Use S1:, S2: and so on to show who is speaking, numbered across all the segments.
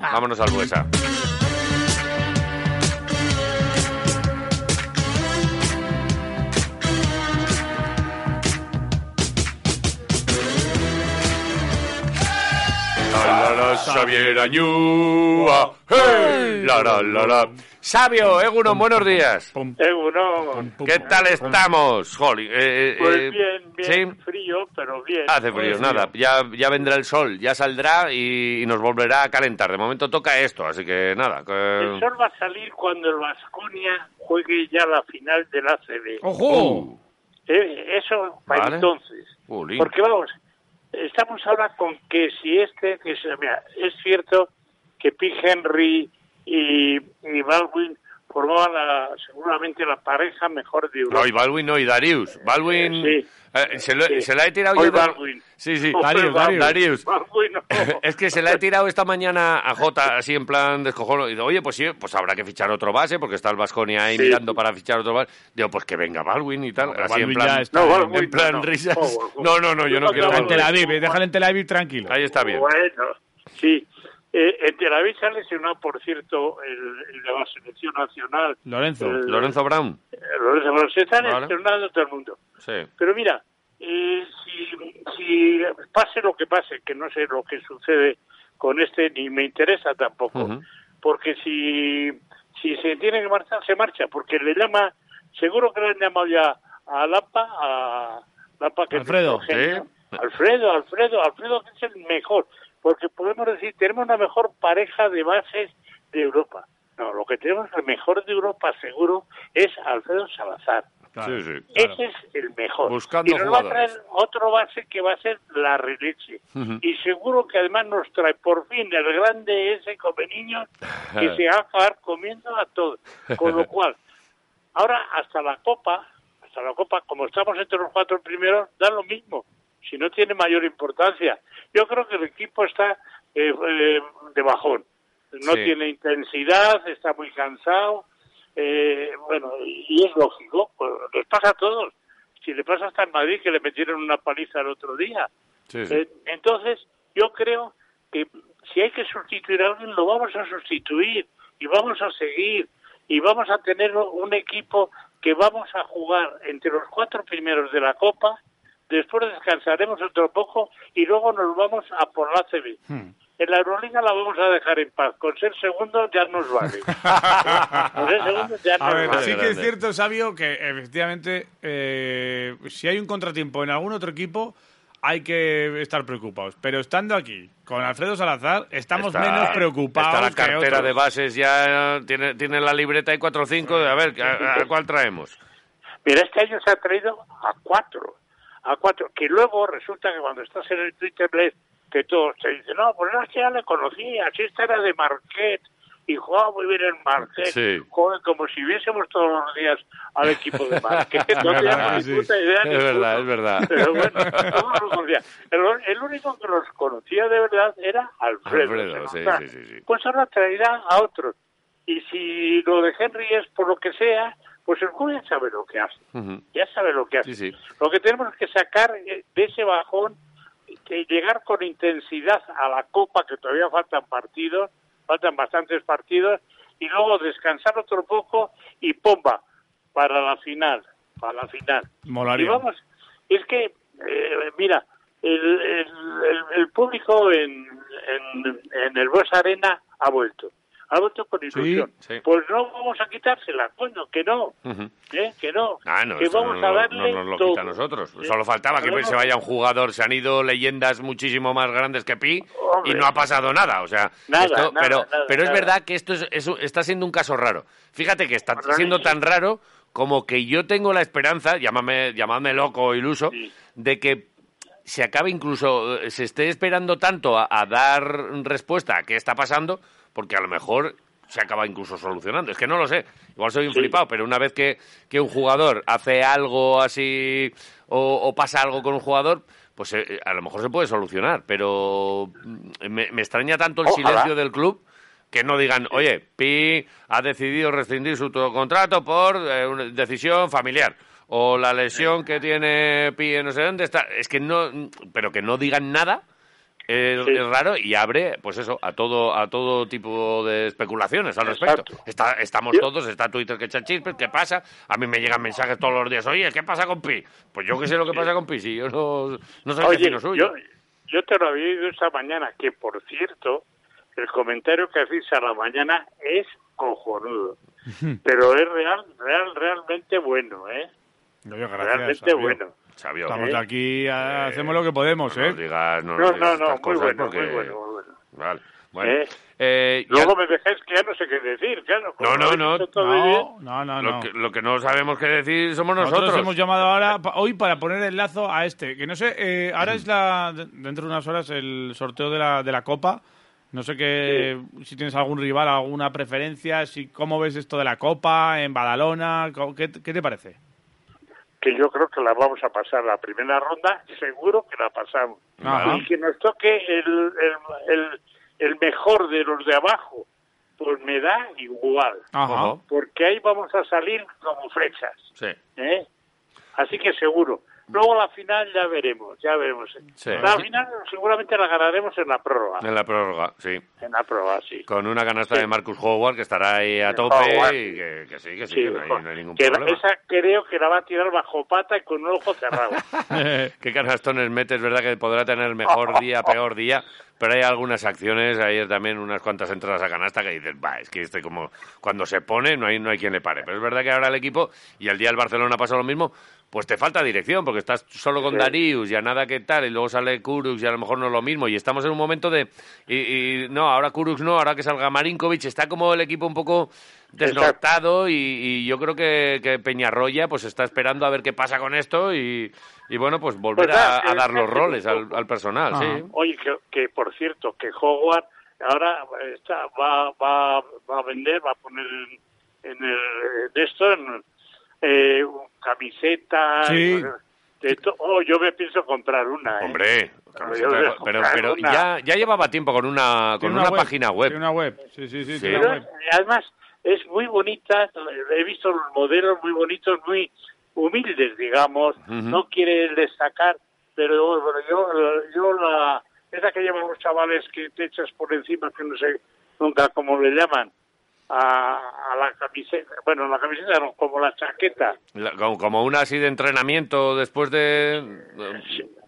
S1: Vámonos al Buesa. La, la, la, Xavier Añúa. ¡Hey! La, la, la, la. Sabio, Egunon, buenos días.
S2: Eguno,
S1: ¿Qué tal estamos? Jolly, eh, eh, eh,
S2: pues bien, bien,
S1: ¿sí?
S2: frío, pero bien.
S1: Hace frío, nada, ya, ya vendrá el sol, ya saldrá y, y nos volverá a calentar. De momento toca esto, así que nada.
S2: El
S1: que-
S2: sol va a salir cuando el Vasconia juegue ya la final del ACB.
S1: Uh,
S2: Eh, eso para
S1: Vale.
S2: entonces.
S1: Jolín.
S2: Porque vamos, estamos ahora con que si este, que se, mira, es cierto que P. Henry y, y Baldwin formaban la- seguramente la pareja mejor de Europa.
S1: No, y Baldwin no, y Darius. Baldwin...
S2: Sí.
S1: eh, se, lo-
S2: Sí.
S1: se la he tirado
S2: Hoy
S1: yo de-
S2: Baldwin.
S1: Sí, sí.
S2: Hombre, Baldwin.
S1: Darius.
S2: Baldwin, no.
S1: Es que se la he tirado esta mañana a Jota, así en plan descojono. Y digo, oye, pues sí, pues habrá que fichar otro base, porque está el Vasconia ahí
S2: Sí.
S1: mirando para fichar otro base. Digo, pues que venga Baldwin y tal.
S3: No, pero
S1: así en
S3: Baldwin
S1: plan,
S3: ya está
S2: No,
S3: en-
S2: Baldwin,
S1: en plan
S2: no, no.
S1: risas.
S2: Oh, Baldwin.
S1: No, no, no, yo no quiero
S3: en Tel
S1: Baldwin.
S3: Aviv,
S2: pues,
S3: eh, déjale en Tel Aviv tranquilo.
S1: Ahí está bien.
S2: Bueno, sí. Eh, en Tel Aviv se ha lesionado, por cierto, el, el de la selección nacional.
S3: Lorenzo.
S2: El-
S1: Lorenzo Brown.
S2: eh, Lorenzo, bueno, se está
S1: Vale.
S2: lesionando todo el mundo.
S1: Sí.
S2: Pero mira, eh, si, si pase lo que pase, que no sé lo que sucede con este, ni me interesa tampoco,
S1: Ujú.
S2: porque si, si se tiene que marchar, se marcha, porque le llama, seguro que le han llamado ya a Lapa, a Lapa que es
S3: Alfredo,
S2: nuestro genio.
S1: ¿sí?
S2: Alfredo, Alfredo, Alfredo que es el mejor, porque podemos decir, tenemos la mejor pareja de bases de Europa. No, lo que tenemos la mejor de Europa seguro es Alfredo Salazar.
S1: Sí, sí.
S3: Claro.
S2: Ese es el mejor.
S1: Buscando
S2: y nos va a
S1: jugadores.
S2: traer otro base que va a ser la releche.
S1: Ujú.
S2: Y seguro que además nos trae por fin el grande ese come niños que se va a acabar comiendo a todos. Con lo cual, ahora hasta la copa, hasta la copa, como estamos entre los cuatro primeros, da lo mismo. Si no tiene mayor importancia. Yo creo que el equipo está eh, eh, de bajón. No
S1: Sí.
S2: tiene intensidad, está muy cansado. Eh, bueno, y es lógico, pues, les pasa a todos. Si le pasa hasta en Madrid, que le metieron una paliza el otro día.
S1: Sí, sí.
S2: Eh, entonces, yo creo que si hay que sustituir a alguien, lo vamos a sustituir y vamos a seguir y vamos a tener un equipo que vamos a jugar entre los cuatro primeros de la Copa, después descansaremos otro poco y luego nos vamos a por la CB.
S3: Hmm.
S2: En la Euroliga la vamos a dejar en paz. Con ser segundos ya nos vale. Con ser segundos ya
S3: A
S2: nos
S3: ver,
S2: vale.
S3: sí que es
S1: grande.
S3: cierto, Sabio, que efectivamente eh, si hay un contratiempo en algún otro equipo hay que estar preocupados. Pero estando aquí con Alfredo Salazar estamos
S1: Está-
S3: menos preocupados.
S1: Está la
S3: que
S1: cartera
S3: otros.
S1: de bases ya, tiene, tiene la libreta y 4 o 5. A ver, ¿a, a cuál traemos?
S2: Mira, este año se ha traído a cuatro, a cuatro, que luego resulta que cuando estás en el Twitter lees que todos te dicen, no, pues no, es que ya le conocía, si esta era de Marquet y jugaba muy bien en Marquet,
S1: Sí.
S2: Joder, como si viésemos todos los días al equipo de Marquet, no teníamos
S3: Sí.
S2: ni puta idea
S1: Es
S2: ninguno.
S1: verdad, es verdad.
S2: Pero bueno, todos los conocía. El, el único que los conocía de verdad era Alfredo.
S1: Alfredo, sí, sí,
S2: Salazar.
S1: sí, sí.
S2: Pues ahora traerá a otros. Y si lo de Henry es por lo que sea, pues el juez ya sabe lo que hace.
S1: Ujú.
S2: Ya sabe lo que hace.
S1: Sí, sí.
S2: Lo que tenemos es que sacar eh, de ese bajón, que llegar con intensidad a la Copa, que todavía faltan partidos, faltan bastantes partidos, y luego descansar otro poco y pomba, para la final, para la final.
S3: Molaría.
S2: Y vamos, es que, eh, mira, el, el- el- el público en, en, en el Buesa Arena ha vuelto. Ha vuelto con ilusión.
S1: sí.
S2: Pues no vamos a quitársela. Bueno, que no.
S1: Ujú.
S2: ¿eh? Que no.
S1: Ah, no,
S2: que
S1: esto
S2: vamos
S1: no,
S2: a
S1: no-
S2: darle
S1: no nos lo
S2: todo.
S1: quita a nosotros.
S2: ¿Eh?
S1: Solo faltaba que
S2: Sabemos-
S1: se vaya un jugador. Se han ido leyendas muchísimo más grandes que Pi y
S2: Hombre.
S1: no ha pasado nada. O sea,
S2: Nada,
S1: esto-
S2: nada,
S1: pero,
S2: nada,
S1: pero es
S2: nada.
S1: verdad que esto es- es un- está siendo un caso raro. Fíjate que está
S2: Rarísimo.
S1: siendo tan raro como que yo tengo la esperanza, llámame, llamadme loco o iluso,
S2: Sí.
S1: de que se acabe incluso, eh, se esté esperando tanto a, a dar respuesta a qué está pasando, porque a lo mejor se acaba incluso solucionando. Es que no lo sé, igual soy un
S2: Sí.
S1: flipado, pero una vez que, que un jugador hace algo así o, o pasa algo con un jugador, pues eh, a lo mejor se puede solucionar, pero mm, me, me extraña tanto el
S4: Ojalá.
S1: silencio del club que no digan, oye, Pi ha decidido rescindir su to- contrato por eh, una decisión familiar. O la lesión que tiene Pi en no sé dónde está. Es que no. Pero que no digan nada eh, es,
S2: Sí.
S1: raro y abre, pues eso, a todo a todo tipo de especulaciones al
S2: Exacto.
S1: respecto. Está, estamos
S2: Yo-
S1: todos, está Twitter que echa chistes, ¿qué pasa? A mí me llegan mensajes todos los días, oye, ¿qué pasa con Pi? Pues yo qué sé lo que pasa con Pi, si yo no, no soy
S2: Oye,
S1: vecino suyo.
S2: yo, yo te lo había oído esta mañana, que por cierto, el comentario que hacéis a la mañana es cojonudo. Pero es real, real, realmente bueno, ¿eh?
S3: No, yo, gracias,
S2: Realmente
S3: Sabio.
S2: bueno.
S1: Sabio,
S3: Estamos
S2: ¿eh?
S3: aquí, a-
S1: Eh,
S3: hacemos lo que podemos,
S1: no
S3: ¿eh?
S1: nos digas, no, nos
S2: No,
S1: digas
S2: no, no,
S1: estas
S2: muy
S1: cosas
S2: bueno,
S1: porque-
S2: muy bueno, muy bueno.
S1: Vale, bueno.
S2: Eh,
S1: Eh, ya-
S2: Luego me dejáis que ya no sé qué decir, claro. como
S1: No, no,
S2: habéis
S1: no,
S2: hecho todo bien.
S3: No, no, no.
S1: lo,
S3: no.
S1: que, lo que no sabemos qué decir somos
S3: Nosotros,
S1: nosotros.
S3: hemos llamado ahora pa- hoy para poner el lazo a este. Que no sé, eh, ahora es la de- dentro de unas horas el sorteo de la, de la Copa. No sé qué, si tienes algún rival, alguna preferencia, si cómo ves esto de la Copa en Badalona, co- ¿qué, qué te parece?
S2: que yo creo que la vamos a pasar la primera ronda, seguro que la pasamos.
S1: Ah.
S3: Ajá.
S2: Y que nos toque el, el, el, el mejor de los de abajo, pues me da igual,
S3: Ajá.
S1: Ojo.
S2: porque ahí vamos a salir como flechas.
S1: Sí,
S2: ¿eh? Así que seguro. Luego la final ya veremos, ya veremos.
S1: Sí.
S2: La final seguramente la ganaremos en la prórroga.
S1: en la prórroga, sí.
S2: En la prórroga, sí.
S1: Con una canasta
S2: Sí.
S1: de Marcus Howard que estará ahí a
S2: De
S1: tope
S2: Howard.
S1: y que, que sí, que sí,
S2: Sí,
S1: que no hay,
S2: mejor.
S1: no hay ningún
S2: Que la-
S1: problema.
S2: esa creo que la va a tirar bajo pata y con un ojo cerrado.
S1: ¿Qué canastones metes? verdad que podrá tener mejor día, peor día, pero hay algunas acciones, hay también unas cuantas entradas a canasta que dices, va, es que este como cuando se pone no hay, no hay quien le pare. Pero es verdad que ahora el equipo, y al día del Barcelona pasó lo mismo, pues te falta dirección, porque estás solo con
S2: Sí.
S1: Darius y a nada que tal, y luego sale Kurux y a lo mejor no es lo mismo, y estamos en un momento de, y, y no, ahora Kurux no, ahora que salga Marinkovic, está como el equipo un poco desnortado
S2: Exacto.
S1: resultado y, y yo creo que, que Peñarroya pues está esperando a ver qué pasa con esto y, y bueno, pues volver
S2: Pues
S1: a,
S2: nada,
S1: a dar los
S2: exacto.
S1: roles al, al personal,
S3: Ajá.
S1: sí.
S2: Oye, que, que, por cierto, que Howard ahora eh, está, va, va, va a vender, va a poner en, en el en esto en, eh, un- camiseta.
S3: Sí.
S2: eh, de to- oh, yo me pienso comprar una. ¿eh?
S1: Hombre,
S2: Yo
S1: pero,
S2: voy a
S1: pero,
S2: comprar
S1: pero
S2: una.
S1: ya, ya llevaba tiempo con una, con
S3: Tiene
S1: una, página web.
S3: Tiene una web, sí, sí, sí.
S1: Sí.
S3: tiene una
S2: Pero,
S3: web.
S2: eh, además es muy bonita. He visto los modelos muy bonitos, muy humildes, digamos. No quiere destacar, pero bueno, yo, yo la esa que llevan los chavales que te echas por encima, que no sé nunca cómo le llaman. A, a la camiseta, bueno, la camiseta no, como la chaqueta.
S1: La- como- Como una así de entrenamiento después de...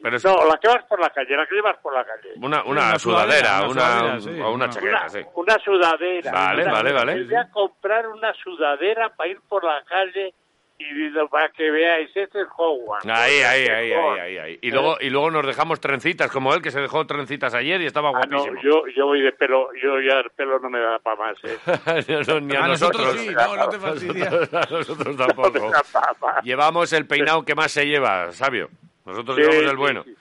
S1: Pero es
S2: No, la que vas por la calle, la que llevas por la calle.
S1: una, una,
S3: una
S1: sudadera, una,
S3: sudadera, una sudadera, sí,
S1: o una
S3: una-
S1: chaqueta,
S2: Una,
S1: sí.
S2: una sudadera.
S1: Vale,
S2: Una-
S1: vale, vale.
S2: Me Voy a comprar una sudadera para ir por la calle y digo, para que veáis, este es Howard.
S1: Ahí,
S2: Este
S1: ahí,
S2: es
S1: ahí, ahí,
S2: Howard.
S1: ahí, ahí. Y luego, y luego nos dejamos trencitas, como él, que se dejó trencitas ayer y estaba
S2: Ah, no,
S1: guapísimo.
S2: yo, yo voy de pelo, yo ya el pelo no me da para más. ¿eh?
S1: No, ni a,
S3: A Ah, nosotros
S1: nosotros.
S3: sí, no, no te fastidies.
S1: a nosotros
S2: No me
S1: tampoco.
S2: da pa' más.
S1: Llevamos el peinado que más se lleva, sabio. Nosotros
S2: Sí,
S1: llevamos el
S2: sí,
S1: bueno.
S2: sí.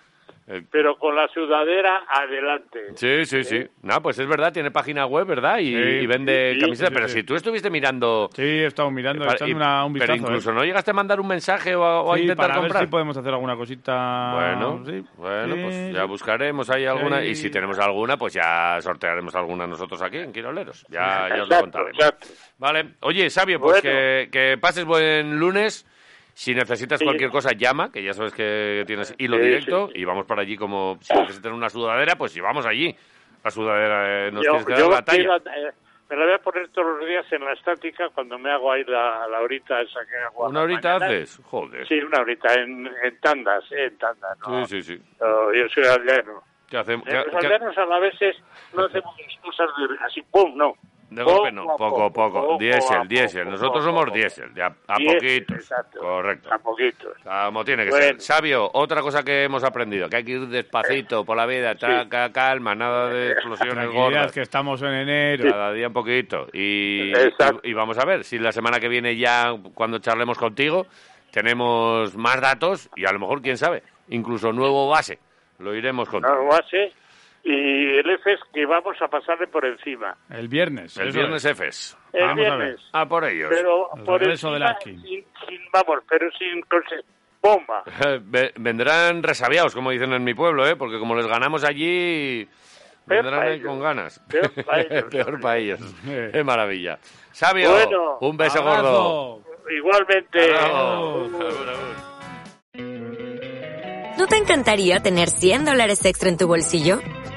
S1: El-
S2: Pero con la sudadera, adelante.
S1: Sí, sí, sí. Nah, pues es verdad, tiene página web, ¿verdad? Y,
S3: Sí.
S1: y vende
S2: ¿Eh? Sí, sí.
S1: camisetas.
S3: Sí,
S1: pero
S3: sí.
S1: si tú estuviste mirando...
S3: Sí, he estado mirando,
S1: para- y-
S3: echando una- un vistazo.
S1: pero incluso
S3: ¿eh?
S1: no llegaste a mandar un mensaje o a, o a
S3: Sí,
S1: intentar
S3: para
S1: comprar.
S3: ver si podemos hacer alguna cosita.
S1: Bueno,
S3: sí.
S1: bueno,
S3: Sí,
S1: pues
S3: sí.
S1: ya buscaremos ahí alguna y si
S3: Sí.
S1: tenemos alguna, pues ya sortearemos alguna nosotros aquí en Quiroleros. Ya, ya os lo
S2: Exacto,
S1: contaremos.
S2: exacto.
S1: Vale, oye, Sabio, pues
S2: Bueno.
S1: que, que pases buen lunes. Si necesitas
S2: Sí.
S1: cualquier cosa, llama, que ya sabes que tienes hilo
S2: Sí,
S1: directo y vamos para allí como si necesitas una sudadera, pues llevamos allí. La sudadera eh, nos
S2: yo
S1: tienes que dar
S2: yo
S1: la talla.
S2: quiero, eh, me la voy a poner todos los días en la estática cuando me hago ahí la, la horita esa que hago. a
S1: ¿Una
S2: la
S1: horita
S2: mañana.
S1: haces? Joder.
S2: Sí, una horita, en, en tandas, eh, en tandas. ¿no?
S1: sí, sí. sí.
S2: No, yo soy aldeano.
S1: ¿Qué hacemos?
S2: Eh,
S1: ¿Qué-
S2: Los
S1: qué-
S2: aldeanos a la veces no hacemos las cosas de, así, ¡pum! No.
S1: De golpe no,
S2: a
S1: poco a poco.
S2: poco a
S1: Diésel, diésel.
S2: poco,
S1: Nosotros
S2: poco a
S1: somos
S2: poco.
S1: diésel, de a, a
S2: Diésel,
S1: poquitos.
S2: exacto.
S1: Correcto.
S2: A poquitos.
S1: Como tiene que
S2: Bueno.
S1: ser. Sabio, otra cosa que hemos aprendido, que hay que ir despacito por la vida, traca, calma, nada
S2: Eh,
S1: de explosiones
S3: Tranquilidad,
S1: gordas.
S3: que estamos en enero.
S1: Cada día un poquito. Y,
S2: Exacto.
S1: y, y vamos a ver si la semana que viene ya, cuando charlemos contigo, tenemos más datos y a lo mejor, quién sabe, incluso nuevo base. Lo iremos con
S2: no lo hace. Y el F es que vamos a pasarle por encima.
S3: El viernes.
S1: El
S3: eso
S1: viernes
S3: es.
S1: Fs.
S2: El
S3: Vamos a ver.
S2: viernes.
S1: Ah, por ellos.
S2: Pero
S3: El
S2: por
S3: regreso
S2: encima,
S3: del Arkin.
S2: sin- sin- vamos, pero sin conse- bomba.
S1: Ve- Vendrán resabiados, como dicen en mi pueblo, ¿eh? porque como les ganamos allí,
S2: Peor
S1: vendrán
S2: pa'
S1: ahí
S2: ellos.
S1: con ganas.
S2: Peor pa' ellos,
S1: Peor
S2: hombre.
S1: para ellos.
S3: Eh.
S1: Qué maravilla. Sabio,
S2: Bueno,
S1: un beso
S3: Abrazo.
S1: gordo.
S2: Igualmente.
S1: Hasta luego. Hasta luego.
S4: ¿No te encantaría tener 100 dólares extra en tu bolsillo?